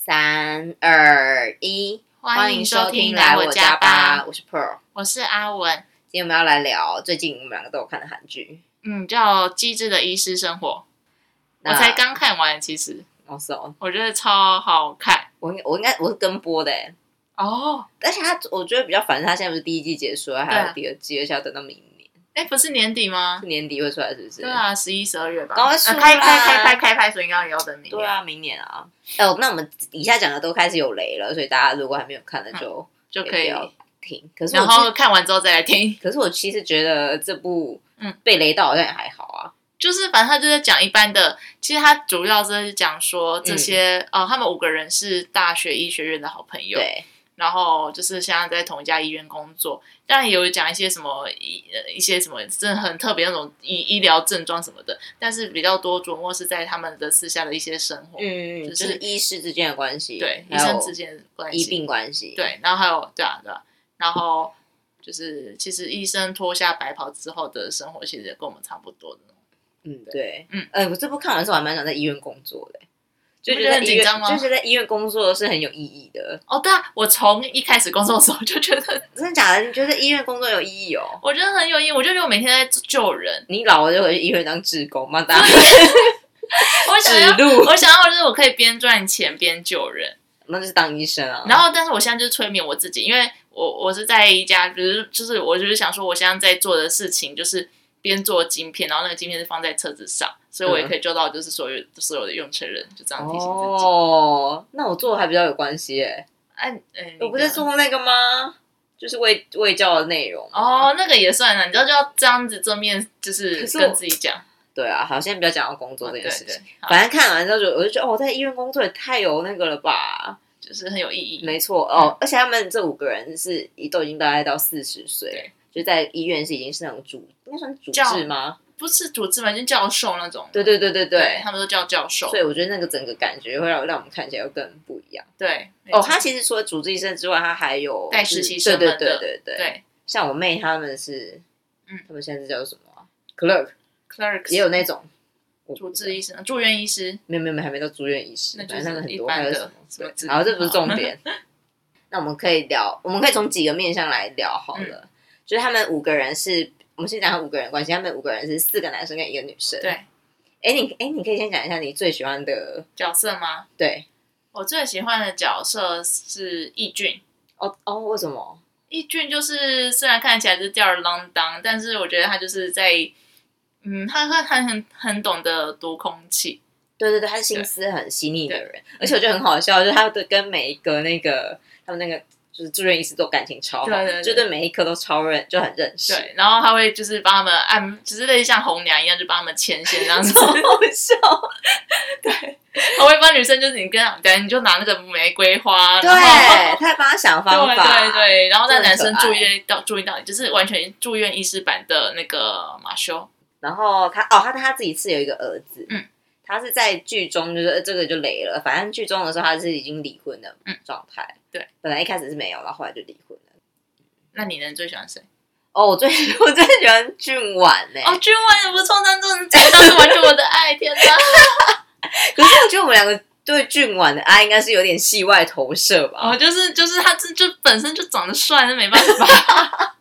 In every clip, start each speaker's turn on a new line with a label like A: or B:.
A: 三二一，
B: 欢迎收听来我家吧，
A: 我是 Pearl。
B: 我是阿文。
A: 今天我们要来聊最近我们两个都有看的韩剧。
B: 嗯，叫《机智的医师生活》，我
A: 那
B: 才刚看完，其实
A: 哦是哦，
B: 我觉得超好看
A: 我应我应该我是跟播的欸，
B: 哦。
A: 而且他我觉得比较烦，他现在不是第一季结束了，还有第二季，而且要等到明年
B: 哎，不是年底吗？
A: 年底会出来，是不是？
B: 对啊，十一、十二月吧。
A: 赶快出
B: 呃
A: 来
B: 开开开开开拍，所以应该也要等明
A: 对
B: 年，
A: 啊，明年啊。哦，那我们以下讲的都开始有雷了，所以大家如果还没有看的就
B: 嗯就
A: 也
B: 可
A: 不
B: 以。
A: 要听。可是我
B: 然
A: 其
B: 后
A: 实
B: 看完之后再来听，
A: 可是我其实觉得这部
B: 嗯
A: 被雷到好像也还好啊。
B: 就是反正他就在讲一般的，其实他主要就是讲说这些呃，他们五个人是大学医学院的好朋友，
A: 对，
B: 然后就是现在在同一家医院工作，当然也有讲一些什么医呃一些什么真的很特别那种医医疗症状什么的，但是比较多琢磨是在他们的私下的一些生活，
A: 嗯，就
B: 就是
A: 是医师之间的关系，
B: 对
A: 还
B: 医生
A: 有
B: 之间的关
A: 医
B: 系，
A: 病关系，，
B: 对，然后还有对啊对啊，然后就是其实医生脱下白袍之后的生活，其实也跟我们差不多的，
A: 嗯对，
B: 嗯，
A: 哎，我这部看完之后还蛮想在医院工作的，就
B: 不
A: 觉
B: 觉得
A: 得
B: 很
A: 医
B: 紧
A: 院
B: 张吗
A: 就是在医院工作是很有意义的，
B: 哦，对啊，我从一开始工作的时候就觉得，
A: 真的假的？你觉得医院工作有意义哦？
B: 我觉得很有意义，我就觉得我每天在救人，
A: 你老了就回去医院当志工，帮大家
B: 啊我想
A: 指
B: 要，
A: 路，
B: 我想要就是我可以边赚钱边救人，
A: 那就是当医生啊。
B: 然后但是我现在就是催眠我自己，因为我我是在一家，比如就是我就是想说我现在在做的事情就是。边做晶片，然后那个晶片是放在车子上，所以我也可以救到就是所有、所有的用车人，就这样提醒自己。
A: 哦，那我做的还比较有关系哎，
B: 哎、哎
A: 我不是
B: 你的
A: 做那个吗？就是卫卫教的内容啊，
B: 哦，那个也算了，你知道就要这样子正面，就是
A: 可是
B: 跟
A: 我
B: 自己讲，
A: 对啊，好，现在比较讲到工作这
B: 哦对
A: 件
B: 对
A: 事情。，
B: 好
A: 反正看完之后就，我就觉得哦，在医院工作也太有那个了吧？
B: 就是很有意义。
A: 没错
B: 嗯
A: 哦，而且他们这五个人是一都已经大概到四十岁了
B: 对，
A: 就在医院是已经是那种主，应该算主
B: 教
A: 治吗？
B: 不是主治嘛，就是教授那种。
A: 对对对对对。
B: 他们都叫教授。
A: 所以我觉得那个整个感觉会让让我们看起来又更不一样
B: 对，没
A: 哦。
B: 错
A: 他其实除了主治医生之外，他还有
B: 带
A: 就是
B: 实习生
A: 对对
B: 们
A: 对
B: 的
A: 对对
B: 对
A: 像我妹他们是，
B: 嗯
A: 他们现在是叫什么啊 clerk，
B: clerks
A: 也有那种我
B: 主治医生、住院医师，
A: 没有没有没有还没到住院医师，
B: 那就
A: 反正他们
B: 是
A: 很
B: 一
A: 多
B: 般
A: 还有
B: 的
A: 什么
B: 什么
A: 对
B: 治
A: 好，这不是
B: 疗
A: 重 点。那我们可以聊，我们可以从几个面向来聊好了。
B: 嗯
A: 就是他们五个人是，我们先讲他五个人关系，他们五个人是四个男生跟一个女生。
B: 对
A: 哎，你哎，你可以先讲一下你最喜欢的，
B: 角色吗？
A: 对，
B: 我最喜欢的角色是义俊。
A: 哦哦，为什么？
B: 义俊就是虽然看起来就是吊儿郎当，但是我觉得他就是在，嗯，他他他很很懂得读空气，
A: 对对对，他是心
B: 对
A: 思很细腻的人，而且我觉得很好笑，就是他对跟每一个那个他们那个就是住院医师都感情超好，
B: 对对对
A: 就对每一科都超认，就很认识，
B: 对，然后他会就是帮他们按，就是类似像红娘一样，就帮他们牵线这 样子，
A: 超好笑。
B: 我会帮女生，就是你跟她对，你就拿那个玫瑰花，
A: 对，
B: 然后
A: 他还帮他想方
B: 对
A: 法，
B: 对对，然后那男生
A: 真的很可
B: 住
A: 爱
B: 院到住院到底，就是完全住院医师版的那个马修，
A: 然后他哦，他他自己是有一个儿子，
B: 嗯，
A: 他是在剧中就是呃这个就雷了，反正剧中的时候他是已经离婚的
B: 嗯
A: 状态，
B: 对，
A: 本来一开始是没有，然后后来就离婚了。
B: 那你能最喜欢谁？
A: 哦，我最 我最喜欢俊婉欸呢、
B: 哦，君婉也不错，但这种角色是完全我的爱，天哪！
A: 可是我觉得我们两个对俊婉的爱应该是有点戏外投射吧，
B: 哦，就是就是他这就本身就长得帅，那没办 法，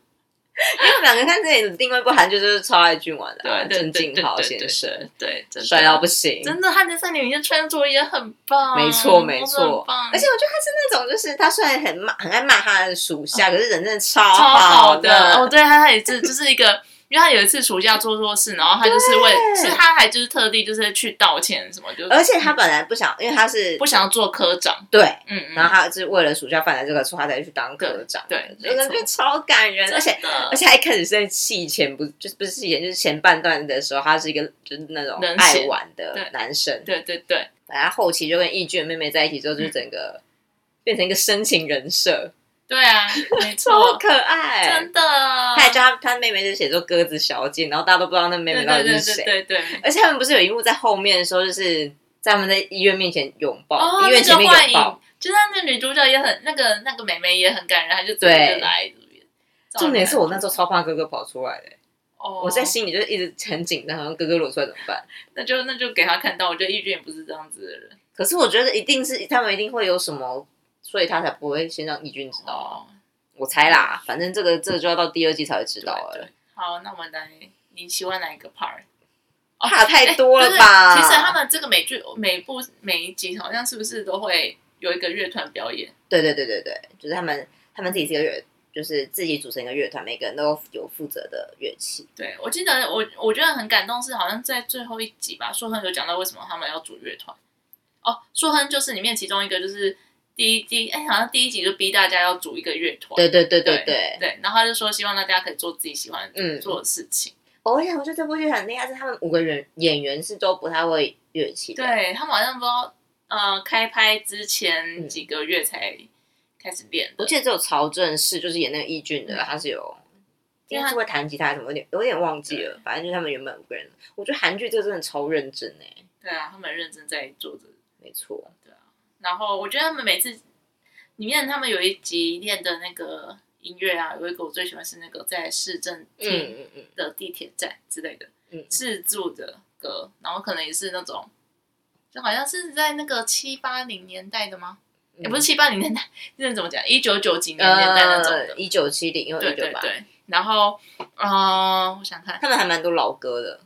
A: 因为我们两个看这里的另外一部韩剧就是超爱俊婉的、啊，
B: 对对
A: 郑
B: 对
A: 敬
B: 对
A: 豪
B: 对
A: 先生，
B: 对对，真的
A: 帅到不行，
B: 真的，他在在里面穿着也很棒，
A: 没错没
B: 真的
A: 错
B: 很棒
A: 而且我觉得他是那种，就是他虽然很骂，很爱骂他的属下，可是人真的超
B: 哦超
A: 好
B: 好的。哦，对，他他也是就是一个，因为他有一次暑假做错事，然后他就是为，
A: 对
B: 是他还就是特地就是去道歉什么，就是
A: 而且他本来不想，因为他是
B: 不想要做科长。
A: 对，
B: 嗯，嗯
A: 然后他是为了暑假犯了这个错，他才去当科长，
B: 对对
A: 我感觉
B: 没错
A: 超感人，而且。
B: 真的
A: 而且他一开始是在戏前不就是不是戏前，就是前半段的时候，他是一个就是那种
B: 冷
A: 爱
B: 血
A: 玩的
B: 对
A: 男生，
B: 对对对，
A: 反正后期就跟易俊妹妹在一起之后，就是整 个变成一个深情人设，
B: 对啊，没
A: 超
B: 错，
A: 可爱。
B: 真的。
A: 他还叫他他妹妹就写作鸽子小姐，然后大家都不知道那妹
B: 对
A: 妹
B: 对
A: 到底
B: 对
A: 是
B: 对
A: 谁。
B: 对对。
A: 而且他们不是有一幕在后面的时候，就是在他们在医院面前拥抱，
B: 哦，
A: 医
B: 那
A: 院前
B: 个
A: 面
B: 幻
A: 拥
B: 影
A: 抱。，
B: 就是那个女主角也很那个那个妹妹也很感人，她就直接
A: 对
B: 就来这边。
A: 重点是我那时候超怕哥哥跑出来的，
B: 哦，
A: 我在心里就是一直很紧张，然后哥哥裸出来怎么办？
B: 那就那就给她看到，我觉得易俊也不是这样子的人。
A: 可是我觉得一定是他们一定会有什么，所以他才不会先让义军知道。
B: 哦，
A: 我猜啦，反正这个这个就要到第二季才会知道
B: 对
A: 了。
B: 对。好，那我们来，你喜欢哪一个 part？
A: 怕太
B: 哎
A: 多了
B: 对
A: 吧？
B: 其实他们这个美剧每部每一集好像是不是都会有一个乐团表演？
A: 对对对对对，就是他们他们自己是一个乐，就是自己组成一个乐团，每个人都有负责的乐器。
B: 对，我记得我我觉得很感动是好像在最后一集吧，硕亨有讲到为什么他们要组乐团。哦，硕亨就是里面其中一个，就是第一第一哎，好像第一集就逼大家要组一个乐团。
A: 对对对
B: 对
A: 对对。
B: 对，然后他就说希望大家可以做自己喜欢
A: 嗯
B: 做的事情。
A: 哦而且我觉得这部剧很厉害，是他们五个人演员是都不太会乐器的。
B: 对他们好像不知道，呃，开拍之前
A: 嗯
B: 几个月才开始练
A: 我
B: 的。
A: 记得只有曹正奭，就是演那个义俊的，
B: 嗯
A: 他是有，
B: 因
A: 因为
B: 为他
A: 他是会弹吉他还是什么，有点有点忘记了。反正就是他们原本五个人，我觉得韩剧这个真的超认真哎、
B: 对啊，他们认真在做着。
A: 没错，
B: 然后我觉得他们每次里面他们有一集练的那个音乐啊，有一个我最喜欢是那个在市政厅
A: 嗯嗯，
B: 的地铁站之类的，
A: 嗯
B: 自助的歌，然后可能也是那种，就好像是在那个七八零年代的吗？
A: 嗯
B: 也、不是七八零年代，那怎么讲？一九九几年年代那种的，
A: 呃，一九七零或
B: 对
A: 一九
B: 对
A: 八，
B: 对。然后，呃，我想看。
A: 他们还蛮多老歌的。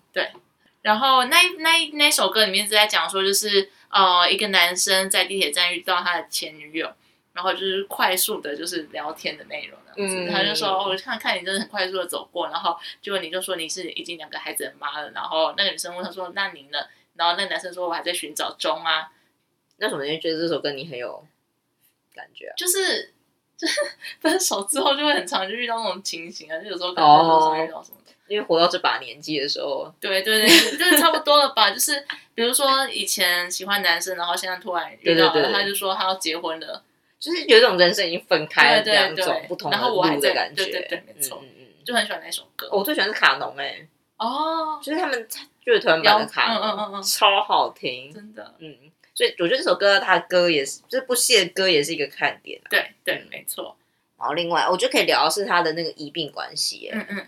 B: 然后那一那一那首歌里面是在讲说，就是呃，一个男生在地铁站遇到他的前女友，然后就是快速的，就是聊天的内容这样子。
A: 嗯
B: 他就说，哦我看看你真的很快速的走过，然后结果你就说你是已经两个孩子的妈了。然后那个女生问他说，那您呢？然后那个男生说，我还在寻找中啊，
A: 那什么人觉得这首歌你很有感觉啊？
B: 就是。 就是分手之后就会很常就遇到那种情形啊，就有时候可能在路上遇到什么的
A: 因为活到这把年纪的时候，
B: 对对对，就是差不多了吧？就是比如说以前喜欢男生，然后现在突然遇到了，
A: 对对对
B: 他就说他要结婚了，
A: 就是有一种人生已经分开了
B: 对对
A: 两
B: 对
A: 种不同的
B: 然后我还
A: 路的
B: 在
A: 感觉。
B: 对对对没错
A: 嗯嗯嗯
B: 就很喜欢那首歌。
A: 我最喜欢是卡农哎、欸，
B: 哦，
A: 就是他们乐团版的卡农，
B: 嗯嗯嗯嗯
A: 超好听。
B: 真的，
A: 嗯，所以我觉得这首歌它的歌也是，这部戏的歌也是一个看点、啊。
B: 对对
A: 嗯，
B: 没错。
A: 然后另外，我觉得可以聊的是他的那个医病关系、欸，
B: 嗯嗯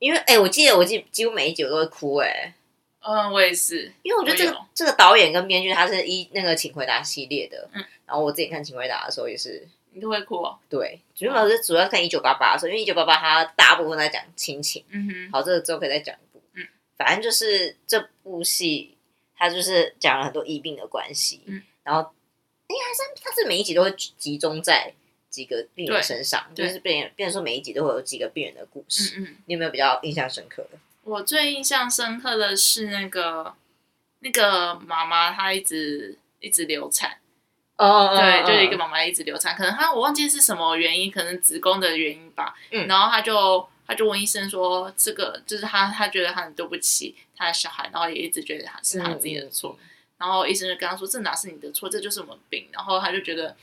A: 因为哎、欸我记得我记几乎每一集我都会哭哎、欸
B: 嗯，我也是。
A: 因为我觉得这
B: 我
A: 个
B: 有
A: 这个导演跟编剧他是一那个《请回答》系列的，
B: 嗯
A: 然后我自己看《请回答》的时候也是，
B: 你都会哭哦。
A: 对，主要是主要看一九八八的时候，因为一九八八它大部分在讲亲情，
B: 嗯哼，
A: 好，这个之后可以再讲一部。
B: 嗯，
A: 反正就是这部戏，它就是讲了很多疫病的关系。
B: 嗯，
A: 然后，哎、还是它是每一集都会集集中在几个病
B: 对
A: 人身上，就
B: 对
A: 是变变成说每一集都会有几个病人的故
B: 嗯
A: 事。
B: 嗯，
A: 你有没有比较印象深刻的？
B: 我最印象深刻的是那个那个妈妈，她一直一直流产。
A: 哦
B: 对，就有一个妈妈一直流产，可能她我忘记是什么原因，可能子宫的原因吧。
A: 嗯
B: 然后她就她就问医生说，这个就是她她觉得她很对不起她的小孩，然后也一直觉得她是她自己的错。然后医生就跟她说，这哪是你的错，这就是我们病。然后她就觉得，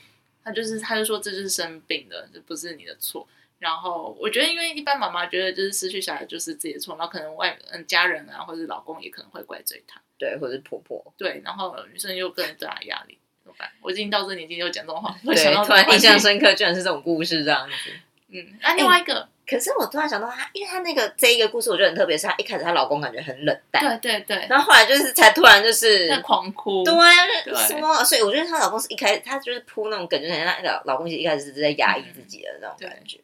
B: 她就是她就说这就是生病的，这不是你的错。然后我觉得，因为一般妈妈觉得就是失去小孩就是自己的错，然后可能外嗯家人啊或者老公也可能会怪罪她。
A: 对，或者是婆婆，
B: 对，然后女生又更大的压力，怎么办？我已经到这年纪就讲这种话，我
A: 对
B: 想到，
A: 突然印象
B: 是，
A: 深刻，居然是这种故事这样 子。
B: 嗯，那、另外一个，
A: 可是我突然想到她，因为她那个这一个故事，我觉得很特别，是她一开始她老公感觉很冷淡，
B: 对对对，
A: 然后后来就是才突然就是
B: 在狂哭，
A: 哎对
B: 对
A: 啊，什么？所以我觉得她老公是一开始，她就是铺那种梗，就是她老老公其实一开始是在压抑自己的那种感觉。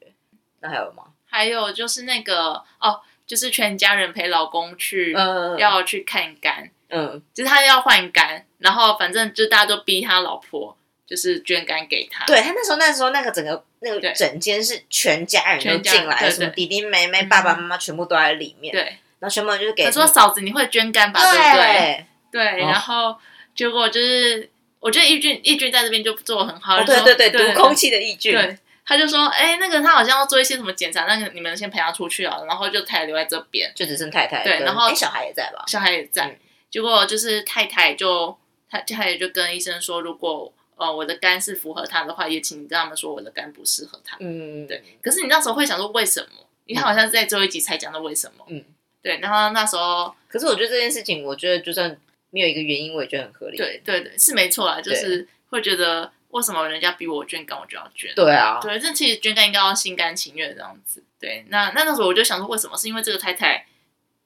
A: 那还有吗？
B: 还有就是那个哦，就是全家人陪老公去、
A: 嗯
B: 要去看肝，
A: 嗯，
B: 就是他要换肝，然后反正就大家都逼他老婆就是捐肝给他，
A: 对她那时候那时候那个整个那个
B: 对
A: 整间是全家人
B: 全
A: 都
B: 家
A: 进来，
B: 对
A: 什么
B: 对
A: 弟弟妹妹、
B: 嗯
A: 爸爸妈妈全部都在里面，
B: 对，
A: 然后全部人就是给嗯
B: 他说嫂子你会捐肝吧，对不对？
A: 对，
B: 对，
A: 哦
B: 然后结果就是，我觉得易俊易俊在这边就做的很好，
A: 哦
B: 就
A: 对
B: 说
A: 对对，读空气的抑菌，
B: 对，他就说，哎、那个他好像要做一些什么检查，那个你们先陪他出去啊，然后就太太留在这边，
A: 就只剩太太
B: 对
A: 跟
B: 然后
A: 哎小孩也在吧？
B: 小孩也在。
A: 嗯
B: 结果就是太太就太太太就跟医生说，如果呃我的肝是符合他的话，也请你跟他们说我的肝不适合他。
A: 嗯，
B: 对，可是你那时候会想说为什么？因为他好像是在最后一集才讲到为什么。
A: 嗯，
B: 对，然后那时候
A: 可是我觉得这件事情，我觉得就算没有一个原因，我也觉得很合理。
B: 对对对是没错啦，就是会觉得为什么人家逼我捐肝，我就要捐。
A: 对啊，
B: 对，这其实捐肝应该要心甘情愿这样子。对，那那那时候我就想说，为什么？是因为这个太太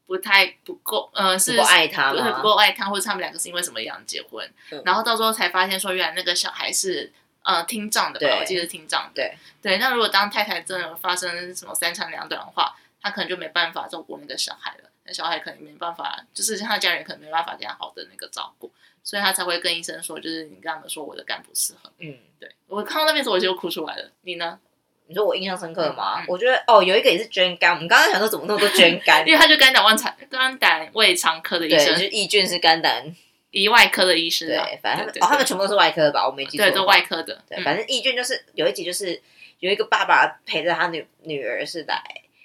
B: 不不太不够，呃，是
A: 不够爱他
B: 就是不
A: 吗？
B: 够爱他，或者他们两个是因为什么样结婚，
A: 嗯
B: 然后到最后才发现说，原来那个小孩是呃听障的吧
A: 对，
B: 我记得是听障的。
A: 对
B: 对，那如果当太太真的发生什么三长两短的话，他可能就没办法照顾那个小孩了，那小孩可能没办法，就是他的家人可能没办法给他好的那个照顾，所以他才会跟医生说，就是你跟他们说我的肝不适合。
A: 嗯，
B: 对我看到那边的时候我就哭出来了，你呢？
A: 你说我印象深刻吗？
B: 嗯
A: 我觉得哦，有一个也是捐肝，我们刚刚想说怎么那么多捐肝
B: 因，为他就肝胆胃肠肝胆胃肠科的医
A: 对，就
B: 生，
A: 是义俊是肝胆，
B: 胰外科的医师啊，
A: 对，反正他们
B: 对对
A: 哦，他们
B: 对
A: 全部都是外科的吧？我没记错，
B: 对都外。科的，
A: 对，
B: 嗯
A: 反正义俊就是有一集就是有一个爸爸陪着他女女儿是来，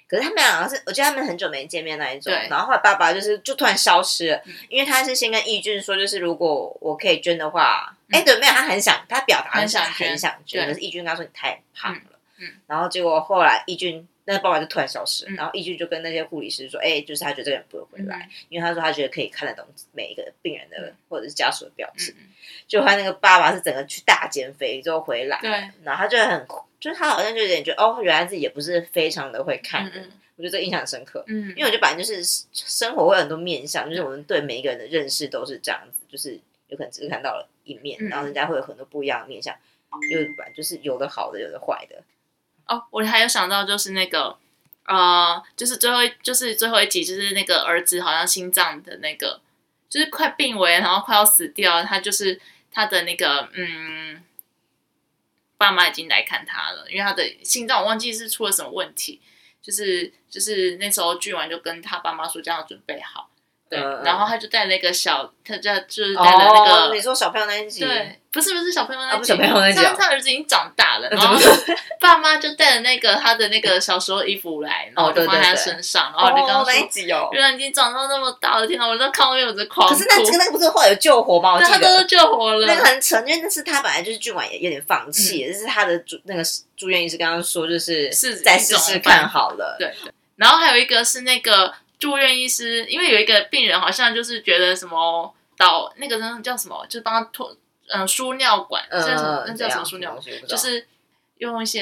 A: 可是他们俩好像是，我记得他们很久没见面那一种
B: 对，
A: 然后后来爸爸就是就突然消失了
B: 嗯，
A: 因为他是先跟义俊说，就是如果我可以捐的话，哎、对，没有，他很想，他表达
B: 嗯很想
A: 是
B: 捐
A: 很想捐，
B: 对
A: 可是义俊跟他说你太胖了，
B: 嗯嗯
A: 然后结果后来义俊。那个爸爸就突然消失，
B: 嗯
A: 然后义俊就跟那些护理师说：“哎、就是他觉得这个人不会回来，
B: 嗯
A: 因为他说他觉得可以看得懂每一个病人的、
B: 嗯
A: 或者是家属的表情。
B: 嗯嗯
A: 就他那个爸爸是整个去大减肥之后回来，
B: 对，
A: 然后他就很，就是他好像就有点觉得，哦，原来自己也不是非常的会看
B: 嗯
A: 人，
B: 嗯
A: 我觉得这个印象很深刻。
B: 嗯，
A: 因为我觉得本来就是生活会有很多面向，就是我们对每一个人的认识都是这样子，就是有可能只是看到了一面，
B: 嗯
A: 然后人家会有很多不一样的面向，就是本来就是有的好的，有的坏的。
B: 哦，我还有想到就是那个，呃，就是最后一就是最后一集，就是那个儿子好像心脏的那个，就是快病危，然后快要死掉，他就是他的那个嗯，爸妈已经来看他了，因为他的心脏我忘记是出了什么问题，就是就是那时候剧完就跟他爸妈说，这样准备好，对，
A: 嗯嗯
B: 然后他就带了一个小，他就就是带了那个。
A: 哦，你说小朋友那一集，
B: 对，不是不是小朋友那
A: 啊不是小朋友那集
B: 他
A: 哦
B: 他儿子已经长大了，
A: 那
B: 然
A: 怎
B: 后
A: 么
B: 爸妈就带了那个他的那个小时候衣服来，然
A: 哦
B: 后我
A: 对
B: 就放在
A: 对
B: 他
A: 对
B: 身上，然后我就 跟
A: 哦
B: 他，
A: 那一
B: 说，
A: 集哦。
B: 原来你已经长到那么大了，天哪！我都看到有的狂
A: 可
B: 哭，
A: 是那这个那个不是后来有救活吗？我
B: 但
A: 记
B: 他
A: 得
B: 都救活了
A: 那个，很扯，因为那是他本来就是剧管也有点放弃，这是他的住那个住院医师刚刚说，就是
B: 嗯是
A: 再试
B: 一
A: 试
B: 种办法
A: 看好了。
B: 对对。然后还有一个是那个住院医师，因为有一个病人好像就是觉得什么导那个人叫什么，就是帮他脱嗯、输尿管，
A: 嗯，
B: 叫什么那叫
A: 怎
B: 什
A: 样
B: 么输尿管？，
A: 什么东西我不知
B: 就
A: 道
B: 是用一些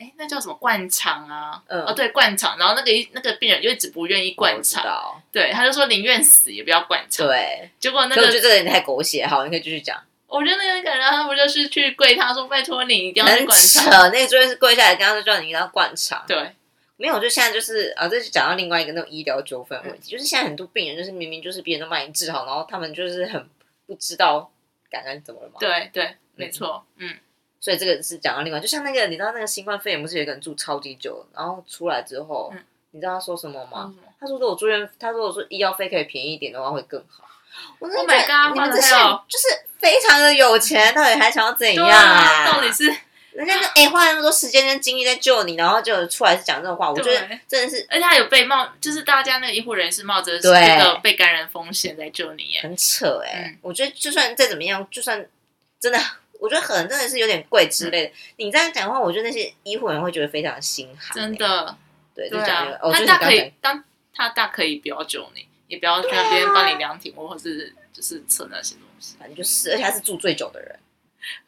B: 哎那叫什么灌肠啊，
A: 嗯
B: 哦，对，灌肠，然后那个医那个病人就一直不愿意灌
A: 哦我知
B: 肠，
A: 道
B: 对，他就说宁愿死也不要灌肠。
A: 对，
B: 结果那
A: 可我觉
B: 个
A: 得这个人太狗血，好，你可以继续讲。
B: 我觉得那个感觉，他不就是去跪他说拜托你一定要去
A: 很
B: 灌
A: 扯
B: 肠，，
A: 那个住院哎是跪下来跟他说叫你跟他灌肠，
B: 对，
A: 没有，就现在就是啊，这就讲到另外一个那种医疗纠
B: 嗯
A: 纷的问题，就是现在很多病人就是明明就是别人都帮你治好，然后他们就是很不知道感染怎么了嘛，
B: 对对，没错，嗯，
A: 所以这个是讲到另外，就像那个你知道那个新冠肺炎不是有一个人住超级久，然后出来之后，
B: 嗯
A: 你知道他说什么吗？
B: 嗯
A: 他说如果住院，他说我说医药费可以便宜一点的话会更好。我真的
B: Oh
A: 觉
B: my
A: 得
B: god，
A: 你们这
B: 还
A: 些
B: 有
A: 人就是非常的有钱，到底还想要怎样
B: 对啊，到底是
A: 人家就哎、花了那么多时间跟精力在救你，然后就出来是讲这种话，我觉得
B: 对
A: 真的是
B: 而且他有被冒，就是大家那个医护人员是冒着
A: 对
B: 这个被感染风险在救你耶，
A: 很扯哎、
B: 嗯
A: 我觉得就算再怎么样，就算真的，我觉得很真的是有点贵之类的。
B: 嗯
A: 你这样讲的话，我觉得那些医护人会觉得非常心寒、
B: 真
A: 欸。
B: 的，
A: 对，就
B: 对
A: 讲这个
B: 啊，
A: 哦，就是你
B: 他大
A: 刚刚
B: 可
A: 讲
B: 以，当他大可以不要救你，也不要去那边帮你量体温或是就是测那些东西，
A: 反正就是，而且他是住最久的人，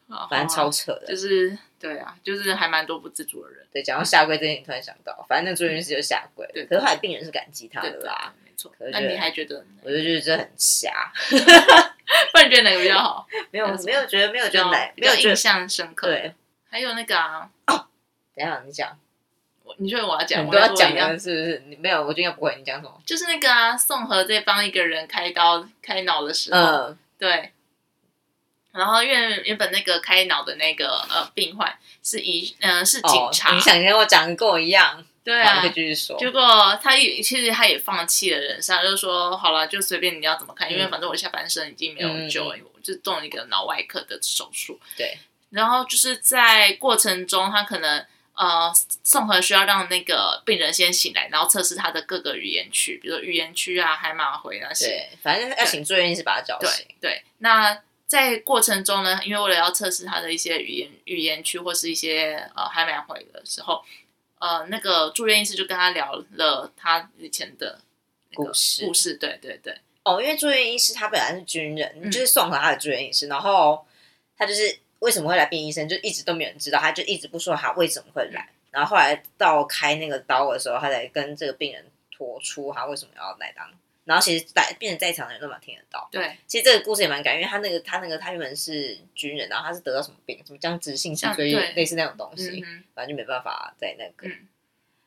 B: 啊
A: 反正
B: 好
A: 超
B: 啊
A: 扯的。
B: 就是对啊，就是还蛮多不自主的人，
A: 对，讲到下跪这件，你突然想到，反正那住院医师就下跪，
B: 对
A: 可是后来病人是感激他
B: 对啊
A: 的
B: 对
A: 啦。，
B: 没错
A: 啊可是。
B: 那
A: 觉得
B: 你还觉 得呢？
A: 我就觉得这很瞎，
B: 不然你觉得哪个比较好？
A: 没有
B: 还有什么
A: 没有觉得没有
B: 比
A: 觉得
B: 较
A: 哪
B: 比
A: 没
B: 较
A: 有觉
B: 印
A: 得
B: 象深刻。，
A: 对。
B: 还有那个啊，
A: 等一下你讲，
B: 我你觉得我要讲，
A: 你哎都要
B: 我
A: 讲啊
B: 一样
A: 的，是不是？你没有，我就应该不会。你讲什么？
B: 就是那个啊，宋和在帮一个人开刀开脑的时候，
A: 嗯，
B: 对。然后因为原本那个开脑的那个呃病患是医嗯、是警
A: 哦
B: 察，
A: 你想跟我讲的跟我一样，
B: 对
A: 然后
B: 啊
A: 你可以，继续说。
B: 结果他也其实他也放弃了人生，就是说好了，就随便你要怎么看，因为
A: 嗯
B: 反正我下半身已经没有救了，我就动了一个脑外科的手术。
A: 对，
B: 然后就是在过程中，他可能呃，宋和需要让那个病人先醒来，然后测试他的各个语言区，比如说语言区啊、海马回那些。
A: 对，反正要请住院医师把他叫
B: 对
A: 醒。
B: 对，那在过程中呢，因为为了要测试他的一些语言语言区或是一些呃海马回的时候，呃，那个住院医师就跟他聊了他以前的那个
A: 故事
B: 故事，对对对，
A: 哦，因为住院医师他本来是军人，
B: 嗯
A: 就是送和他的住院医师，然后他就是为什么会来变医生，就一直都没有人知道，他就一直不说他为什么会来，然后后来到开那个刀的时候，他才跟这个病人脱出，他为什么要来当？然后其实来变成在场的人都蛮听得到。
B: 对，
A: 其实这个故事也蛮感人，因为他那个他那个他原本是军人，然后他是得到什么病，什么僵直性脊
B: 像
A: 椎
B: 啊对
A: 炎类似那种东西，
B: 嗯哼，
A: 反正就没办法在那个。
B: 嗯，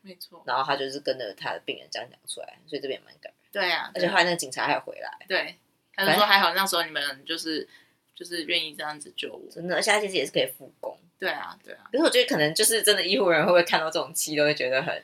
B: 没错，
A: 然后他就是跟着他的病人这样讲出来，所以这边也蛮感人。
B: 对啊，
A: 而且后来那个警察还有回来，
B: 对，他就说还好那时候你们就是就是愿意这样子救我，
A: 真的，而且他其实也是可以复工。
B: 对啊，对啊，
A: 可是我觉得可能就是真的医护人会不会看到这种气都会觉得 很，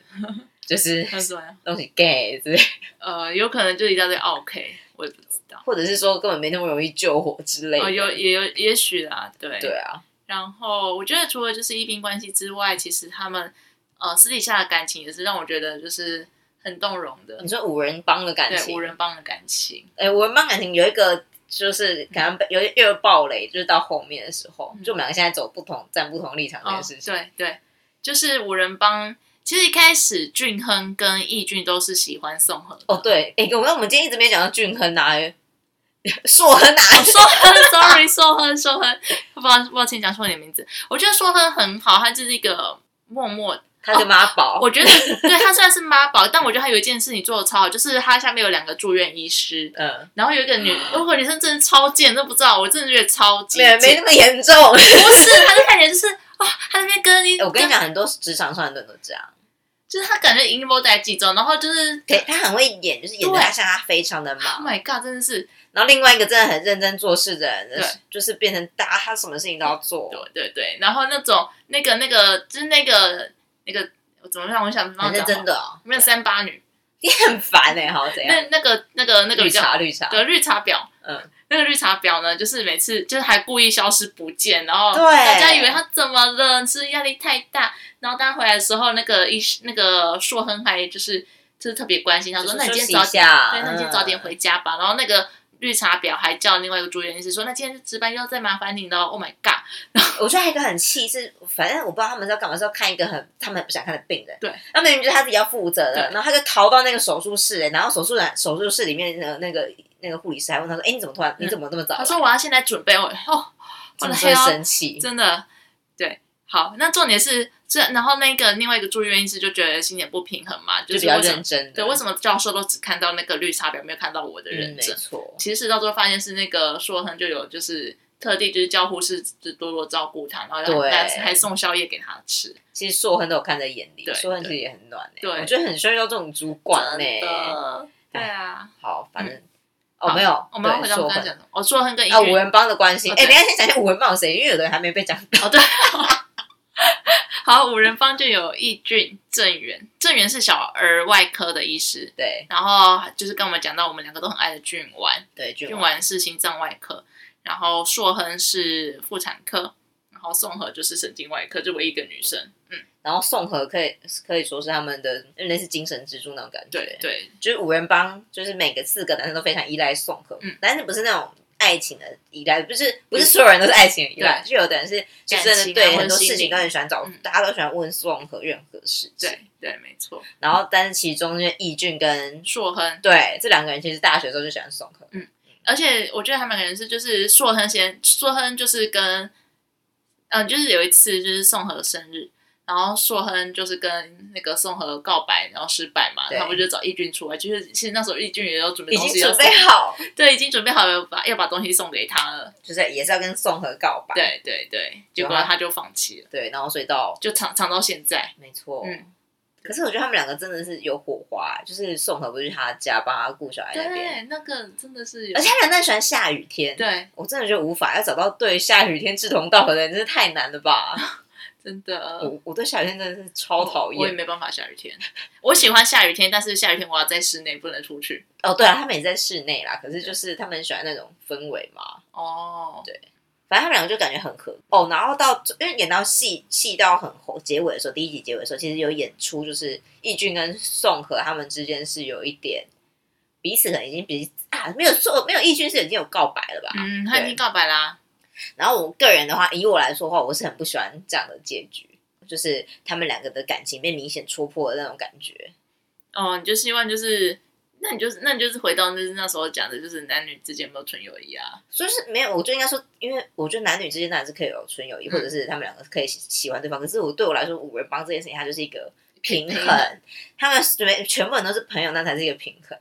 A: 就是
B: 他说呀，
A: 东西 gay 之类，
B: 呃，有可能就一大堆 OK，我也不知道，
A: 或者是说根本没那么容易救火之类的。
B: 哦，有也有也许啦，对
A: 对啊，
B: 然后我觉得除了就是医病关系之外，其实他们呃私底下的感情也是让我觉得就是很动容的
A: 你，说五人帮的感
B: 对
A: 情
B: 五，人帮的感情，
A: 哎、我们班感情有一个就是可能被有又有暴雷，就是到后面的时候，
B: 嗯
A: 就我们两个现在走不同站不同立场这
B: 哦
A: 件事，情。
B: 对对，就是五人帮。其实一开始俊亨跟义俊都是喜欢宋 和的，
A: 哦，对，哎、我们我们今天一直没讲到俊亨啊，硕亨啊，
B: 硕亨，sorry，硕亨，硕亨，抱抱歉讲错你的名字。我觉得硕亨很好，他就是一个默默，
A: 他的妈宝，
B: 哦我 觉得对他虽然是妈宝，但我觉得他有一件事情做的超好，就是他下面有两个住院医师，
A: 嗯，
B: 然后有一个女，有个女生真的超贱，都不知道，我真的觉得超级
A: 没没
B: 贱。
A: 那么严 重。
B: 不是，他就看起来就是啊，他那边跟你，
A: 哎我跟你讲，很多职场上很多人都这样，
B: 就是他感觉已经 l 在其中，然后就是。
A: 可以他很会演，就是演的
B: 对
A: 他像他非常的
B: Oh
A: 忙。
B: my god！真的是，
A: 然后另外一个真的很认真做事的人
B: 对，
A: 就是变成大家他什么事情都要做
B: 对，对对，然后那种那个那个就是那个那个，我怎么让我想
A: 很认真
B: 的，
A: 的哦。
B: 没有三八女，
A: 你很烦哎，好怎样？
B: 那那个那个那
A: 绿
B: 个比较
A: 茶绿茶，
B: 对绿茶婊，
A: 嗯，
B: 那个绿茶婊呢，就是每次就是还故意消失不见，然后
A: 对
B: 大家以为她怎么了，是不是压力太大，然后大家回来的时候，那个医那个硕亨还就是就是特别关心，他
A: 就
B: 说
A: 是
B: 那你今
A: 休息
B: 天早
A: 一
B: 点，
A: 下
B: 对，那你今天早点。
A: 嗯
B: 回家吧。然后那个绿茶婊还叫另外一个住院医师说，那今天值班又要再麻烦你了，Oh my god！
A: 嗯我觉得还有一个很气是，反正我不知道他们是要干嘛，是要看一个很他们很不想看的病人。
B: 对，
A: 那明明就是他自己要负责的，然
B: 对
A: 后他就逃到那个手术室、欸，然后手术人手术室里面的那个那个护理师还问他说：“哎、你怎么突然你怎么那么早来？”
B: 嗯他说我要现在准备，我哦，我
A: 真
B: 的
A: 的
B: 黑
A: 会
B: 哦
A: 生气，
B: 真的，对，好，那重点是这，然后那个另外一个住院医师就觉得心里不平衡嘛，
A: 就是比较
B: 为什
A: 认
B: 么
A: 真的。
B: 对，为什么教授都只看到那个绿茶婊，没有看到我的
A: 嗯，
B: 认
A: 没
B: 真？
A: 错，
B: 其实到最后发现是那个硕亨就有就是特地就是叫护士就多多照顾他，然后
A: 对
B: 还还送宵夜给他吃，
A: 其实硕亨都有看在眼里
B: 对，
A: 硕亨其实也很暖、欸。
B: 对
A: 我觉得很需要这种主管呢、欸
B: 真的，对啊。
A: 好，反正、
B: 好
A: 哦没有，
B: 我们要回
A: 对
B: 到我
A: 硕
B: 们刚才
A: 亨
B: 讲的，哦，硕亨跟
A: 啊
B: 英
A: 五
B: 俊，
A: 人帮的关系。
B: 哦
A: 哎、等
B: 对
A: 一下先讲一下五人帮有谁，因为有的人还没被讲到。
B: 哦对，好，五人帮就有义俊、郑源，郑源是小儿外科的医师，
A: 对
B: 然后就是跟我们讲到我们两个都很爱的俊丸，
A: 对，俊
B: 俊丸是心脏外科，然后硕亨是妇产科，然后宋和就是神经外科，就唯一一个女生。嗯，
A: 然后宋和可以可以说是他们的类似精神支柱那种感觉。
B: 对，对
A: 就是五人帮，就是每个四个男生都非常依赖宋和，
B: 嗯
A: 但是不是那种爱情的依赖，不是不是所有人都是爱情的依赖，就有的人是就
B: 感
A: 真
B: 情
A: 的
B: 啊
A: 对
B: 或
A: 很
B: 者
A: 多
B: 心
A: 事情
B: 灵
A: 都很喜欢找
B: 嗯，
A: 大家都喜欢问宋和任何事情。，
B: 对对，没错。
A: 然后但是其中就是义俊跟
B: 硕亨，
A: 对这两个人，其实大学的时候就喜欢宋和，
B: 而且我觉得他们可能是就是硕亨先，硕亨就是跟，嗯、就是有一次就是宋和生日。然后硕亨就是跟那个宋和告白，然后失败嘛，
A: 对
B: 他们就找义俊出来。就是其实那时候义俊也有准备
A: 已
B: 东西
A: 经
B: 要
A: 准
B: 送，
A: 备好，
B: 对，已经准备好了把要把东西送给他了。
A: 就是也是要跟宋和告白。
B: 对对对，结果
A: 有啊
B: 他就放弃了，
A: 对，然后所以到
B: 就藏藏到现在。
A: 没错，
B: 嗯，
A: 可是我觉得他们两个真的是有火花，就是宋和不是去他家帮他顾小孩那边，
B: 对，那个真的是有，
A: 而且他们那喜欢下雨天，
B: 对，
A: 我真的觉得无法要找到对下雨天志同道合的人，真是太难了吧？
B: 真的。
A: 我我对下雨天真的是超讨
B: 我也
A: 厌。
B: 没办法下雨 天。我喜欢下雨天，但是下雨天我要在室内，不能出去。
A: 哦，对啊，他们也在室内啦，可是就是他们很喜欢那种氛围嘛。
B: 哦，
A: 对反正他们两个就感觉很合哦，然后到因为演到戏戏到很后结尾的时候，第一集结尾的时候，其实有演出就是义俊跟宋和他们之间是有一点彼此可能已经彼啊没有做没有义俊是已经有告白了吧？
B: 嗯，他已
A: 啊对
B: 经告白啦。
A: 然后我个人的话，以我来说的话，我是很不喜欢这样的结局，就是他们两个的感情被明显戳破的那种感觉。
B: 哦，你就希望就是，那你就是那你就是回到就是那时候讲的，就是男女之间有没有纯友谊啊？
A: 所以是没有，我就应该说，因为我觉得男女之间当然是可以有纯友谊，
B: 嗯
A: 或者是他们两个可以喜喜欢对方。可是我对我来说，五人帮这件事情，它就是一个平
B: 平
A: 衡，他们全全部人都是朋友，那才是一个平衡。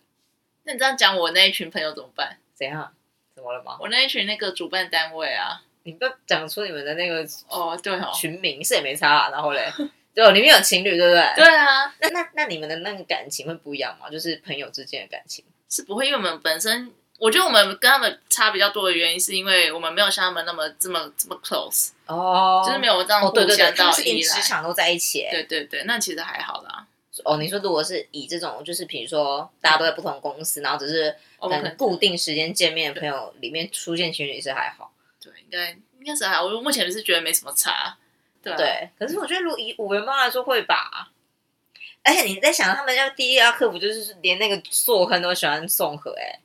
B: 那你这样讲，我那一群朋友怎么办？
A: 怎样？怎么了吗？
B: 我那一群那个主办单位啊，
A: 你不要讲出你们的那个
B: 哦，对哦，
A: 群名是也没差、啊，然后嘞，对，里面有情侣，对不对？
B: 对啊，
A: 那那那你们的那个感情会不一样吗？就是朋友之间的感情。
B: 是不会，因为我们本身，我觉得我们跟他们差比较多的原因，是因为我们没有像他们那么这么这么 close，、
A: 哦
B: 就是没有这样
A: 哦，
B: 互
A: 对对对，
B: 相
A: 他们
B: 到
A: 是连
B: 依
A: 职
B: 赖。
A: 场都在一起欸。
B: 对对对，那其实还好啦。
A: 哦，你说如果是以这种，就是比如说大家都在不同公司，然后只是
B: 我
A: 可
B: 哦们可
A: 能
B: 能
A: 固定时间见面的朋友里面出现情侣是还好。
B: 对，应该应该是还好。我目前是觉得没什么差。对啊
A: 对，可是我觉得如果以五人帮来说会吧。而且你在想，他们要第一要克服，就是连那个做恨都喜欢送和、欸，哎，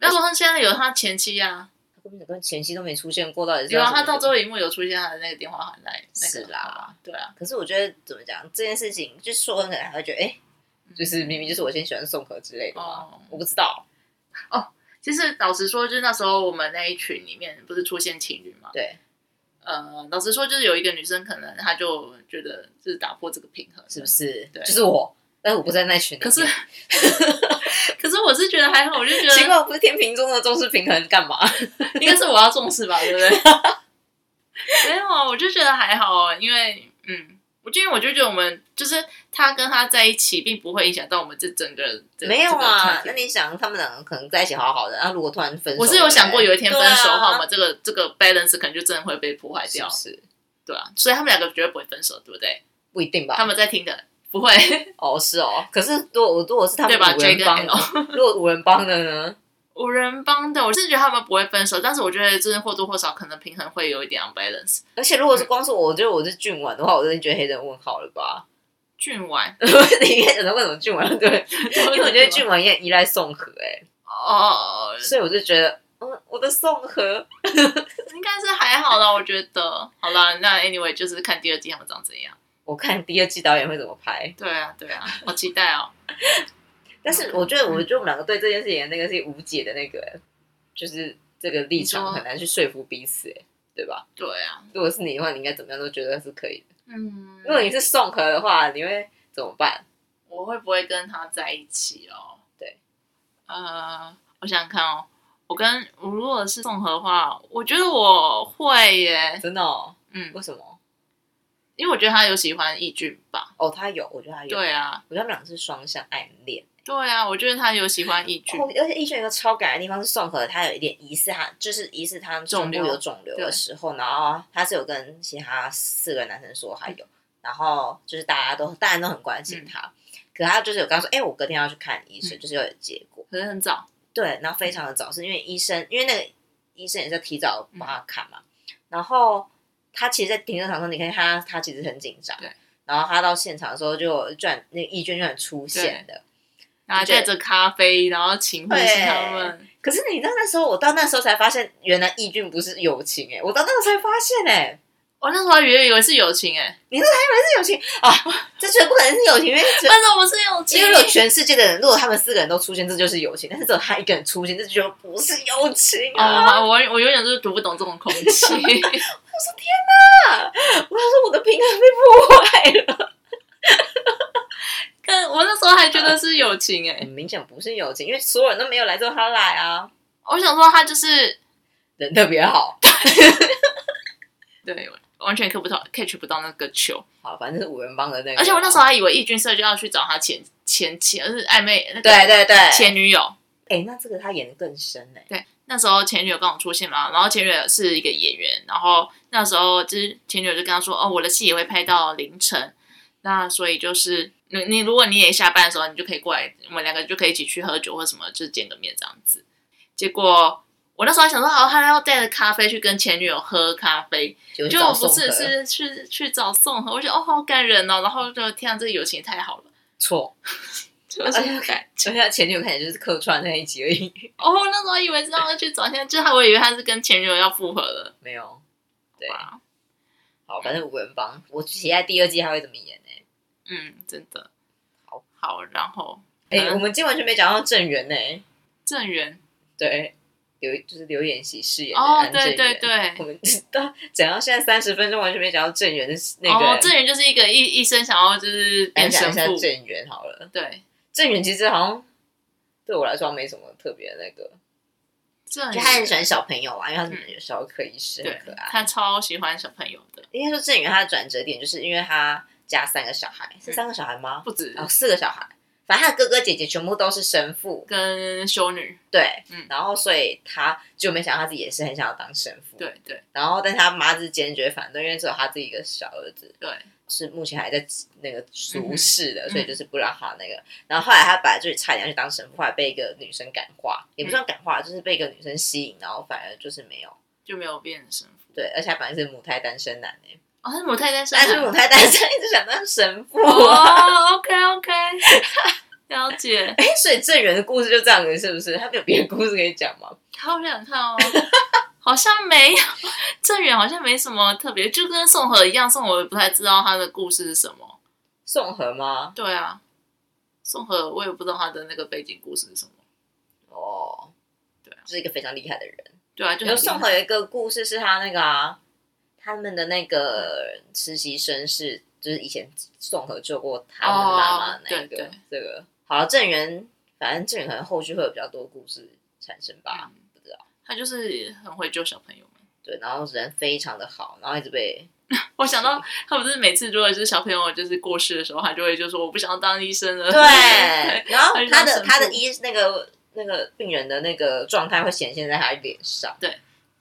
B: 那说他现在有他前妻啊，
A: 根本跟前妻都没出现过，到底是
B: 有
A: 要
B: 啊，
A: 怎么
B: 他到
A: 做
B: 最后一幕有出现他的那个电话喊来，那
A: 是
B: 个
A: 啦
B: 好吧，对啊，
A: 可是我觉得怎么讲这件事情，就是说可能还会觉得，哎、就是明明就是我先喜欢宋和之类的嘛，
B: 嗯哦。
A: 我不知道。
B: 其实老实说，就是那时候我们那一群里面不是出现情侣嘛？
A: 对，
B: 呃，老实说，就是有一个女生可能她就觉得就是打破这个平衡，
A: 是不？是？
B: 对
A: 就是我，但是我不在那群里
B: 可
A: 面。
B: 是，可是我是觉得还好，我就 觉
A: 奇
B: 得
A: 怪，我不是天平中的重视平衡干嘛？
B: 应该是我要重视 吧，对不对？没有，啊我就觉得还好啊，因为嗯，我就因为我就觉得我们就是他跟他在一起，并不会影响到我们这整个这
A: 没有啊
B: 这个团，体
A: 那你想，他们两个可能在一起好好的，啊那如果突然分手，
B: 我是有想过有一天分手的话，我
A: 对啊
B: 们这个这个 balance 可能就真的会被破坏
A: 是
B: 掉
A: 不，是？
B: 对啊，所以他们两个绝对不会分手，对不对？
A: 不一定吧？
B: 他们在听的不会，
A: 哦，是哦。可是如果如果是他们
B: 对吧
A: 五人
B: ？J 跟
A: 帮呢， 如果五人帮的呢？
B: 五人帮的，我是觉得他们不会分手，但是我觉得就是或多或少可能平衡会有一点 unbalance。
A: 而且如果是光是我，我觉得我是俊婉的话，我真的觉得黑人问号了吧？
B: 俊完，
A: 你应该想到为什么俊婉对？
B: 因
A: 因为我觉得 俊文也依赖宋和哎、
B: 哦，
A: 所以我就觉得，嗯，我的宋和，
B: 应该是还好啦，我觉得。好啦，那 anyway 就是看第二季他们长怎样。
A: 我看第二季导演会怎么拍。
B: 对啊，对啊， 好期待哦。
A: 但
B: 嗯
A: 是我觉得，我觉得我们两个对这件事情的那个是无解的那个、就是这个立
B: 你
A: 场
B: 说
A: 很难去说服彼此、哎，对吧？
B: 对啊，
A: 如果是你的话，你应该怎么样都觉得是可以的。
B: 嗯，
A: 如果你是宋和的话，你会怎么办？
B: 我会不会跟他在一起哦？
A: 对，
B: 呃，我想想看哦，我跟我如果是宋和的话，我觉得我会耶，
A: 真的、哦？
B: 嗯，
A: 为什么？
B: 因为我觉得他有喜欢易俊吧。
A: 哦，他有，我觉得他有，
B: 对啊，
A: 我觉得他们两个是双向暗恋。
B: 对啊，我觉得他有喜欢易俊
A: 哦，，而且医生有一个超感人的地方是宋和，他有一点疑似他就是疑似他胸
B: 肿
A: 部
B: 瘤
A: 有肿瘤的
B: 对
A: 时候，然后他是有跟其他四个男生说还有，然后就是大家都大家都很关心他，可他就是有跟他说，哎、我隔天要去看医生，
B: 嗯
A: 就是要有结果，
B: 可是很早，
A: 对，然后非常的早，是因为医生，因为那个医生也是提早帮他看嘛。然后他其实，在停车场上，你看他，他其实很紧张
B: 对。
A: 然后他到现场的时候就，就然那个义娟就很出现的。
B: 然后带着咖啡，然后请护士他们。
A: 可是你知道那时候，我到那时候才发现，原来义俊不是友情哎、我到那时候才发现哎、
B: 我那时候还以为以为是友情哎、
A: 是友情啊，这绝对不可能是友情，因为只有
B: 但是我是友情
A: 因为如果全世界的人，如果他们四个人都出现，这就是友情；但是只有他一个人出现，这就不是友情
B: 哦，
A: 啊！
B: 我我永远就是读不懂这种空气。
A: 我要说我的平衡被破坏了，
B: 但我那时候还觉得是友情哎、
A: 很明显不是友情，因为所有人都没有来，只有他来啊，
B: 我想说他就是
A: 人特别好。
B: 对，完全 catch 不到 catch 不到那个球。
A: 好，反正是五人帮的那个。
B: 而且我那时候还以为义军社就要去找他前前妻，而是暧昧那个
A: 对对对，
B: 前女友。
A: 哎、那这个他演的更深哎、
B: 对，那时候前女友刚好出现嘛，然后前女友是一个演员，然后那时候就是前女友就跟他说，哦，我的戏也会拍到凌晨，那所以就是你你如果你也下班的时候，你就可以过来，我们两个就可以一起去喝酒或什么，就是见个面这样子。结果我那时候还想说，哦，他要带着咖啡去跟前女友喝咖啡，
A: 就
B: 就
A: 找
B: 不
A: 宋
B: 是
A: 柯
B: 是去去找宋和，我觉得哦好感人哦，然后就天啊，这个友情也太好了，
A: 错，
B: 就是
A: 哎呀
B: 感
A: 而且他前女友看起来就是客串那一集而已，
B: 哦，那时候还以为是让他去找，现在就是我以为他是跟前女友要复合了，
A: 没有。对，
B: 哇。
A: 好，反正五人帮，我期待第二季他会怎么演呢、欸
B: 嗯，真的。
A: 好，
B: 好，然后
A: 哎、
B: 嗯
A: 我们今天完全没讲到郑源呢、
B: 郑源，
A: 欸对，刘就是刘演熙饰演的
B: 哦
A: 安，正
B: 对
A: 元。
B: 对对
A: 我，们知道讲到现在三十分钟，完全没讲到郑源的那个。
B: 哦，郑源就是一个一一生想要就是
A: 来
B: 变
A: 讲
B: 神
A: 一下
B: 父，
A: 郑源好了。
B: 对，
A: 郑源其实好像对我来说没什么特别的那个，
B: 郑
A: 就
B: 源
A: 他很喜欢小朋友啊，因为他是小儿科医师，很
B: 对
A: 可，爱。
B: 他超喜欢小朋友的，
A: 应该说郑源他的转折点，就是因为他家三个小孩，是三个小孩吗？
B: 不止
A: 哦，四个小孩，反正他的哥哥姐姐全部都是神父，
B: 跟修女，
A: 对，
B: 嗯
A: 然后所以他就没想到他自己也是很想要当神父，，
B: 对对
A: 然后但他妈是坚决反对，因为只有他自己一个小儿子
B: 对，
A: 是目前还在那个俗
B: 嗯
A: 世的，
B: 嗯
A: 所以就是不让他那个，然后后来他本来就差点要去当神父，后来被一个女生感化，
B: 嗯
A: 也不算感化，就是被一个女生吸引，然后反而就是没有，
B: 就没有变神父。
A: 对，而且他本来是母胎单身男诶、
B: 哦，他是母胎单身啊，
A: 但是母胎单身 一直想当神父、 啊。
B: 哦，OK OK，了解。
A: 哎、所以郑源的故事就这样子，是不是？他没有别的故事可以讲吗？
B: 好想看哦，好像没有，郑源好像没什么特别，就跟宋和一样，宋和我也不太知道他的故事是什么。
A: 宋和吗？
B: 对啊，宋和我也不知道他的那个背景故事是什么。
A: 哦，
B: 对啊
A: 就是一个非常厉害的人。
B: 对啊，就
A: 有
B: 很
A: 宋和有一个故事是他那个啊，他们的那个实习生是，就是以前宋和救过他们妈妈的那
B: 哦
A: 个、
B: 对对
A: 这个。好了，郑源，反正郑源可能后续会有比较多故事产生吧，
B: 嗯
A: 不知道。
B: 他就是很会救小朋友们。
A: 对，然后人非常的好，然后一直被
B: 我想到他不是每次如果是小朋友就是过世的时候，他就会就说我不想要当医生 了。
A: 对，然后他
B: 他就
A: 的
B: 当神父
A: 他的医那个那个病人的那个状态会显现在他脸上，
B: 对，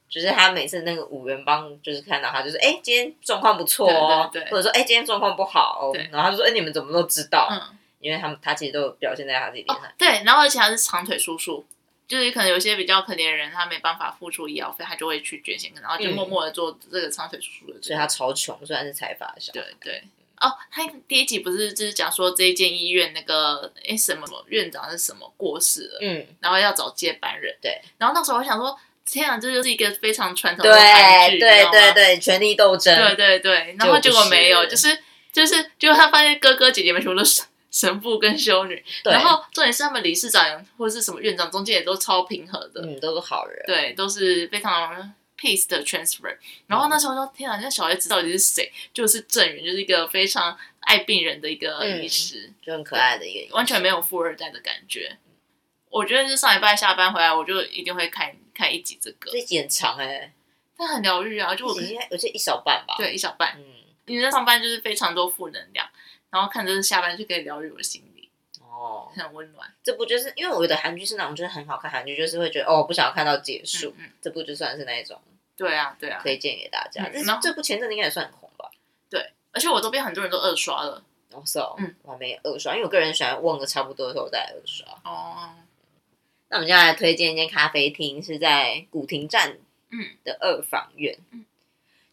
A: 就是他每次那个五元帮就是看到他就是哎、今天状况不错哦，
B: 对对对
A: 或者说哎、今天状况不好哦
B: 对，
A: 然后他就说哎、你们怎么都知道，
B: 嗯。
A: 因为他们他其实都有表现在他自己脸
B: 哦
A: 上，，
B: 对，然后而且他是长腿叔叔，就是可能有些比较可怜的人，他没办法付出医药费，他就会去捐献，然后就默默的做这个长腿叔叔的这
A: 所以
B: 个、
A: 他超穷，虽然是财阀小孩，
B: 对对。哦，他第一集不是就是讲说这一间医院那个诶什么院长是什么过世了，
A: 嗯，
B: 然后要找接班人。
A: 对，
B: 然后那时候我想说，天啊，这就是一个非常传统的韩
A: 对
B: 剧，你知
A: 对
B: 道
A: 对
B: 吗
A: 对，权力斗争，
B: 对对对，然后
A: 就
B: 结
A: 不
B: 果没有，
A: 是
B: 就是就是，结果他发现哥哥姐姐们全部都是神父跟修女，
A: 对
B: 然后重点是他们理事长或是什么院长中间也都超平和的，
A: 嗯，都是好人，
B: 对，都是非常 peace 的 transfer。然后那时候说，天啊，那小孩子到底是谁？就是郑源，就是一个非常爱病人的一个
A: 嗯
B: 医师，
A: 就很可爱的一个，
B: 完全没有富二代的感觉。我觉得是上礼拜下班回来，我就一定会看看一集这个，
A: 这集很长哎、
B: 但很疗愈啊，就
A: 我
B: 我
A: 这集应该有这一小半吧，，
B: 对一小半。
A: 嗯。
B: 你在上班就是非常多负能量，然后看着下班就可以疗愈我心里，
A: 哦，
B: 很温暖。
A: 这部就是因为我的韩剧是那种就是很好看，韩剧就是会觉得哦，我不想要看到结束，
B: 嗯嗯，
A: 这部就算是那一种
B: 对啊，对啊，
A: 推荐给大家。
B: 嗯
A: 但
B: 然
A: 是
B: 后
A: 这部前阵子应该也算很红吧？
B: 而且我周边很多人都二刷了。
A: 然后是哦
B: 嗯，
A: 我还没二刷，因为我个人喜欢忘个差不多的时候再二刷。
B: 哦，
A: 那我们接下来推荐一间咖啡厅，是在古亭站
B: 嗯
A: 的二房院，
B: 嗯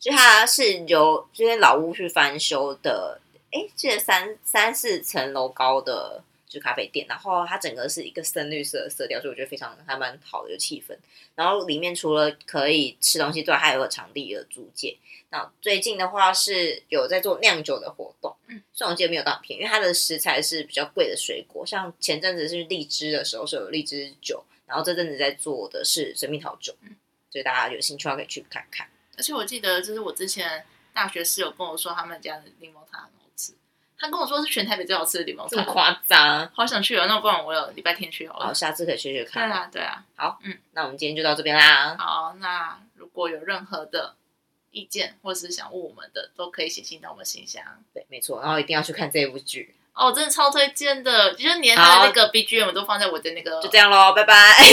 A: 就它是由这些老屋去翻修的，诶，记得三三四层楼高的就咖啡店，然后它整个是一个深绿色的色调，所以我觉得非常还蛮好的有气氛。然后里面除了可以吃东西之外，还有个场地的租借。那最近的话是有在做酿酒的活动，
B: 嗯，
A: 虽然我记得没有到很便宜，因为它的食材是比较贵的水果，像前阵子是荔枝的时候是有荔枝酒，然后这阵子在做的是水蜜桃酒，
B: 嗯
A: 所以大家有兴趣的话可以去看看。
B: 而且我记得就是我之前大学室友跟我说他们家的柠檬塔很好吃，他跟我说是全台北最好吃的柠檬
A: 这么
B: 塔，
A: 夸张？
B: 好想去哦。那不然我有礼拜天去好
A: 好，
B: 了。
A: 下次可以去去
B: 对
A: 看。
B: 啊，对啊。
A: 那我们今天就到这边啦。
B: 好，那如果有任何的意见或是想问我们的，都可以写信到我们信箱。
A: 对，没错，然后一定要去看这部剧。
B: 哦，真的超推荐的，就是连他的那个 BGM 都放在我的那个
A: 就这样喽，拜拜。